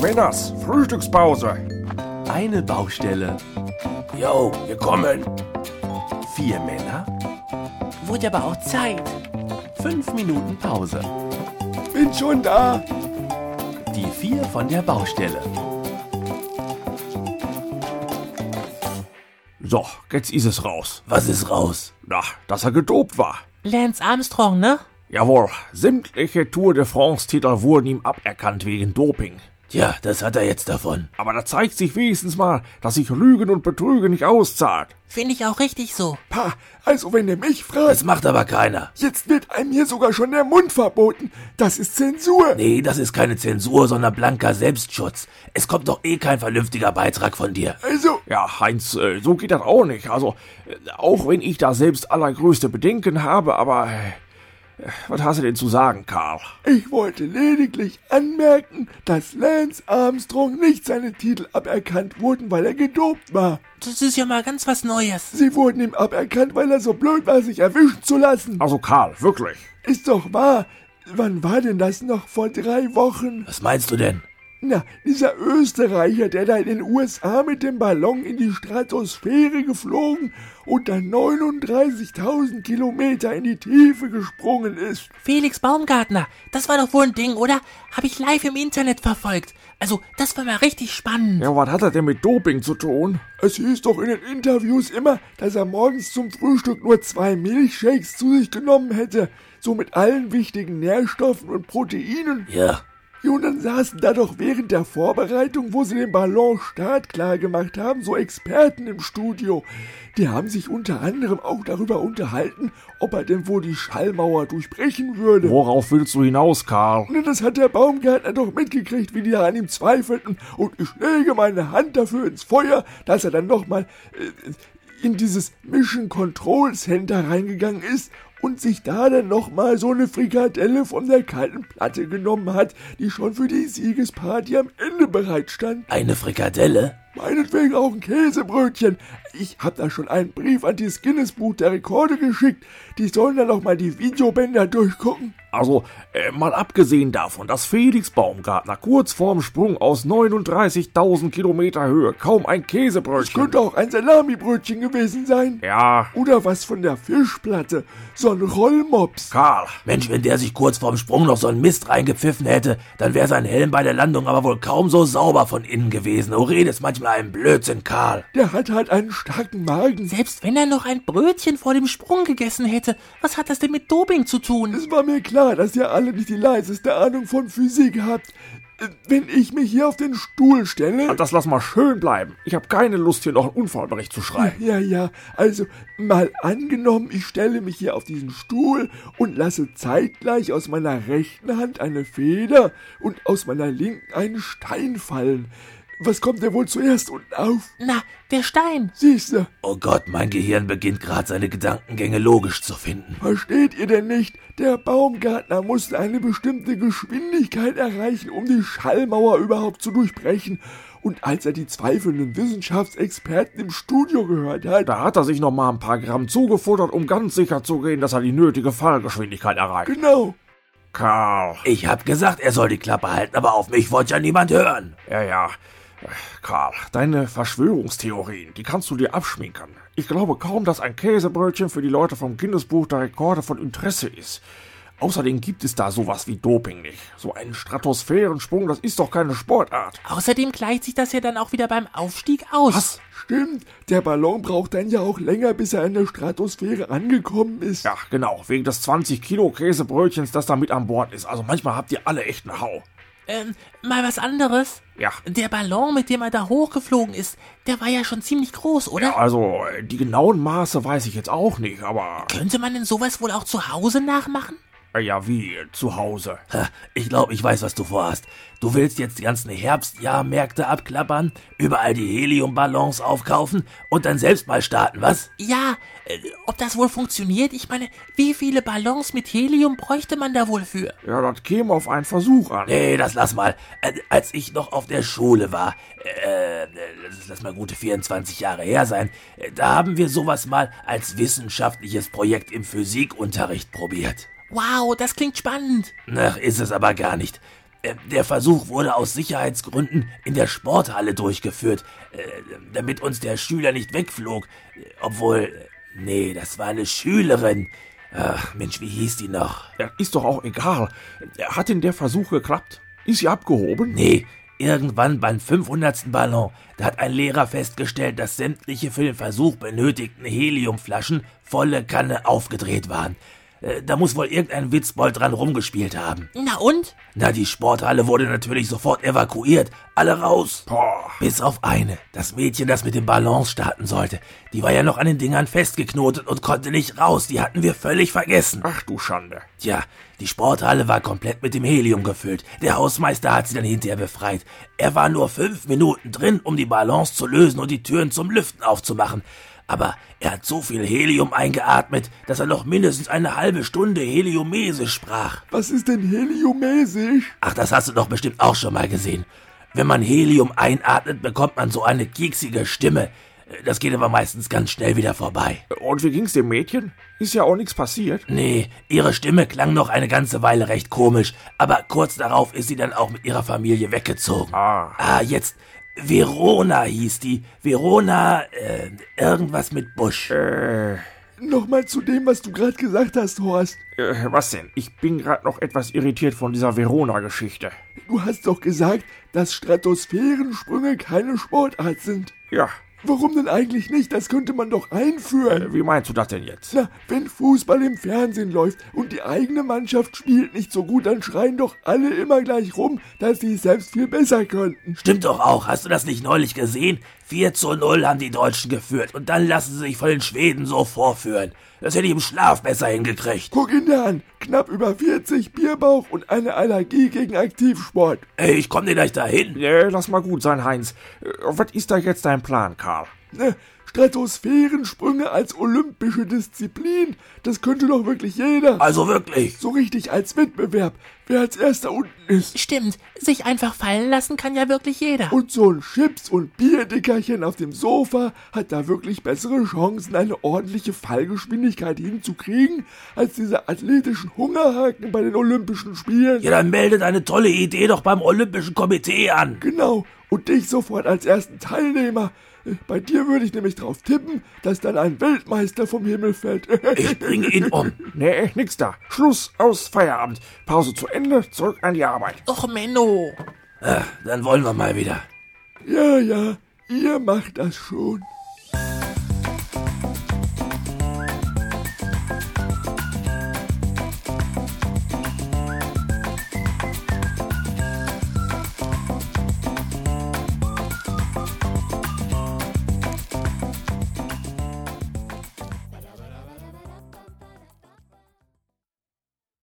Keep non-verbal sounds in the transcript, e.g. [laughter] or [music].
Männers, Frühstückspause. Eine Baustelle, Yo, wir kommen. vier Männer, wurde aber auch Zeit. Fünf Minuten Pause. Bin schon da. Die vier von der Baustelle. So, jetzt ist es raus. Was ist raus? Na, dass er gedopt war. Lance Armstrong, ne? Jawohl, sämtliche Tour de France-Titel wurden ihm aberkannt wegen Doping. Tja, das hat er jetzt davon. Aber da zeigt sich wenigstens mal, dass sich Lügen und Betrügen nicht auszahlt. Finde ich auch richtig so. Pa, also wenn ihr mich fragt, Das macht aber keiner. jetzt wird einem hier sogar schon der Mund verboten. Das ist Zensur. Nee, das ist keine Zensur, sondern blanker Selbstschutz. Es kommt doch eh kein vernünftiger Beitrag von dir. Also. Ja, Heinz, äh, so geht das auch nicht. Also, äh, auch wenn ich da selbst allergrößte Bedenken habe, aber. äh, Was hast du denn zu sagen, Karl? Ich wollte lediglich anmerken, dass Lance Armstrong nicht seine Titel aberkannt wurden, weil er gedopt war. Das ist ja mal ganz was Neues. Sie wurden ihm aberkannt, weil er so blöd war, sich erwischen zu lassen. Also, Karl, wirklich. Ist doch wahr. Wann war denn das noch? Vor drei Wochen. Was meinst du denn? Na, dieser Österreicher, der da in den USA mit dem Ballon in die Stratosphäre geflogen und dann 39.000 Kilometer in die Tiefe gesprungen ist. Felix Baumgartner, das war doch wohl ein Ding, oder? Habe ich live im Internet verfolgt. Also, das war mal richtig spannend. Ja, was hat das denn mit Doping zu tun? Es hieß doch in den Interviews immer, dass er morgens zum Frühstück nur zwei Milchshakes zu sich genommen hätte. So mit allen wichtigen Nährstoffen und Proteinen. Ja, Und dann saßen da doch während der Vorbereitung, wo sie den Ballon startklar gemacht haben, so Experten im Studio. Die haben sich unter anderem auch darüber unterhalten, ob er denn wohl die Schallmauer durchbrechen würde. Worauf willst du hinaus, Karl? Na, das hat der Baumgartner doch mitgekriegt, wie die da an ihm zweifelten. Und ich lege meine Hand dafür ins Feuer, dass er dann nochmal äh, in dieses Mission Control Center reingegangen ist und sich da dann nochmal so eine Frikadelle von der kalten Platte genommen hat, die schon für die Siegesparty am Ende bereitstand. eine Frikadelle? Meinetwegen auch ein Käsebrötchen. Ich hab da schon einen Brief an das Guinness-Buch der Rekorde geschickt. Die sollen dann nochmal die Videobänder durchgucken. Also, äh, mal abgesehen davon, dass Felix Baumgartner kurz vorm Sprung aus 39.000 Kilometer Höhe kaum ein Käsebrötchen... Könnte auch ein Salamibrötchen gewesen sein. Ja, Oder was von der Fischplatte. So ein Rollmops. Karl, Mensch, wenn der sich kurz vorm Sprung noch so einen Mist reingepfiffen hätte, dann wäre sein Helm bei der Landung aber wohl kaum so sauber von innen gewesen. Du redest manchmal einen Blödsinn, Karl. Der hat halt einen starken Magen. Selbst wenn er noch ein Brötchen vor dem Sprung gegessen hätte, was hat das denn mit Doping zu tun? Es war mir klar, dass ihr alle nicht die leiseste Ahnung von Physik habt. Äh, Wenn ich mich hier auf den Stuhl stelle. das lass mal schön bleiben. Ich habe keine Lust, hier noch einen Unfallbericht zu schreiben. Ja, ja, also mal angenommen, ich stelle mich hier auf diesen Stuhl und lasse zeitgleich aus meiner rechten Hand eine Feder und aus meiner linken einen Stein fallen. Was kommt denn wohl zuerst unten auf? Na, der Stein. Siehste, Oh Gott, mein Gehirn beginnt gerade seine Gedankengänge logisch zu finden. Versteht ihr denn nicht? Der Baumgartner musste eine bestimmte Geschwindigkeit erreichen, um die Schallmauer überhaupt zu durchbrechen. Und als er die zweifelnden Wissenschaftsexperten im Studio gehört hat, Da hat er sich noch mal ein paar Gramm zugefuttert, um ganz sicher zu gehen, dass er die nötige Fallgeschwindigkeit erreicht. genau, Karl. Ich hab gesagt, er soll die Klappe halten, aber auf mich wollte ja niemand hören. Ja, ja. Karl, deine Verschwörungstheorien, die kannst du dir abschminken. Ich glaube kaum, dass ein Käsebrötchen für die Leute vom Guinness-Buch der Rekorde von Interesse ist. Außerdem gibt es da sowas wie Doping nicht. So einen Stratosphärensprung, das ist doch keine Sportart. Außerdem gleicht sich das ja dann auch wieder beim Aufstieg aus. Was? stimmt, der Ballon braucht dann ja auch länger, bis er in der Stratosphäre angekommen ist. Ja, genau, wegen des 20 Kilo Käsebrötchens, das da mit an Bord ist. Also manchmal habt ihr alle echt einen Hau. Ähm, mal was anderes. Ja. Der Ballon, mit dem er da hochgeflogen ist, der war ja schon ziemlich groß, oder? Also, die genauen Maße weiß ich jetzt auch nicht, aber. Könnte man denn sowas wohl auch zu Hause nachmachen? Ja, wie zu Hause. Ha, Ich glaube, ich weiß, was du vorhast. Du willst jetzt die ganzen Herbstjahrmärkte abklappern, überall die Heliumballons aufkaufen und dann selbst mal starten, was? Ja, äh, ob das wohl funktioniert? Ich meine, wie viele Ballons mit Helium bräuchte man da wohl für? Ja, das käme auf einen Versuch an. Nee, das lass mal. Äh, Als ich noch auf der Schule war, äh, das lass mal gute 24 Jahre her sein, äh, da haben wir sowas mal als wissenschaftliches Projekt im Physikunterricht probiert. Wow, das klingt spannend. Ach, ist es aber gar nicht. Äh, Der Versuch wurde aus Sicherheitsgründen in der Sporthalle durchgeführt, äh, damit uns der Schüler nicht wegflog. Äh, Obwohl, äh, nee, das war eine Schülerin. Ach, Mensch, wie hieß die noch? Ja, ist doch auch egal. Hat denn der Versuch geklappt? Ist sie abgehoben? Nee, irgendwann beim 500. Ballon, da hat ein Lehrer festgestellt, dass sämtliche für den Versuch benötigten Heliumflaschen volle Kanne aufgedreht waren. Äh, Da muss wohl irgendein Witzbold dran rumgespielt haben. Na und? Na, die Sporthalle wurde natürlich sofort evakuiert. Alle raus. Boah. Bis auf eine. Das Mädchen, das mit dem Ballon starten sollte. Die war ja noch an den Dingern festgeknotet und konnte nicht raus. Die hatten wir völlig vergessen. Ach du Schande. Tja, die Sporthalle war komplett mit dem Helium gefüllt. Der Hausmeister hat sie dann hinterher befreit. Er war nur fünf Minuten drin, um die Balance zu lösen und die Türen zum Lüften aufzumachen. Aber er hat so viel Helium eingeatmet, dass er noch mindestens eine halbe Stunde Heliumese sprach. Was ist denn heliumäßig? Ach, das hast du doch bestimmt auch schon mal gesehen. Wenn man Helium einatmet, bekommt man so eine kieksige Stimme. Das geht aber meistens ganz schnell wieder vorbei. Und wie ging's dem Mädchen? Ist ja auch nichts passiert. Nee, ihre Stimme klang noch eine ganze Weile recht komisch, aber kurz darauf ist sie dann auch mit ihrer Familie weggezogen. Ah. Ah, jetzt. Verona hieß die. Verona, äh, irgendwas mit Busch. Äh, Nochmal zu dem, was du gerade gesagt hast, Horst. äh, was denn? Ich bin gerade noch etwas irritiert von dieser Verona-Geschichte. Du hast doch gesagt, dass Stratosphärensprünge keine Sportart sind. Ja, Warum denn eigentlich nicht? Das könnte man doch einführen. wie meinst du das denn jetzt? Na, wenn Fußball im Fernsehen läuft und die eigene Mannschaft spielt nicht so gut, dann schreien doch alle immer gleich rum, dass sie es selbst viel besser könnten. Stimmt doch auch, hast du das nicht neulich gesehen? 4 zu 0 haben die Deutschen geführt und dann lassen sie sich von den Schweden so vorführen. Das hätte ich im Schlaf besser hingekriegt. Guck ihn dir an, knapp über 40 Bierbauch und eine Allergie gegen Aktivsport. Ey, ich komm dir gleich dahin. Äh, lass mal gut sein, Heinz. Äh, was ist da jetzt dein Plan, Karl? Ne? Stratosphärensprünge als olympische Disziplin, das könnte doch wirklich jeder. Also wirklich. So richtig als Wettbewerb, wer als erster unten ist. Stimmt, sich einfach fallen lassen kann ja wirklich jeder. Und so ein Chips- und Bierdickerchen auf dem Sofa hat da wirklich bessere Chancen, eine ordentliche Fallgeschwindigkeit hinzukriegen, als diese athletischen Hungerhaken bei den Olympischen Spielen. Ja, dann melde deine tolle Idee doch beim Olympischen Komitee an. Genau, und dich sofort als ersten Teilnehmer. Äh, Bei dir würde ich nämlich drauf tippen, dass dann ein Weltmeister vom Himmel fällt. [laughs] Ich bringe ihn um. Nee, nix da. Schluss, aus, Feierabend. Pause zu Ende, zurück an die Arbeit. Och, Menno. Äh, Dann wollen wir mal wieder. ja, ja, ihr macht das schon.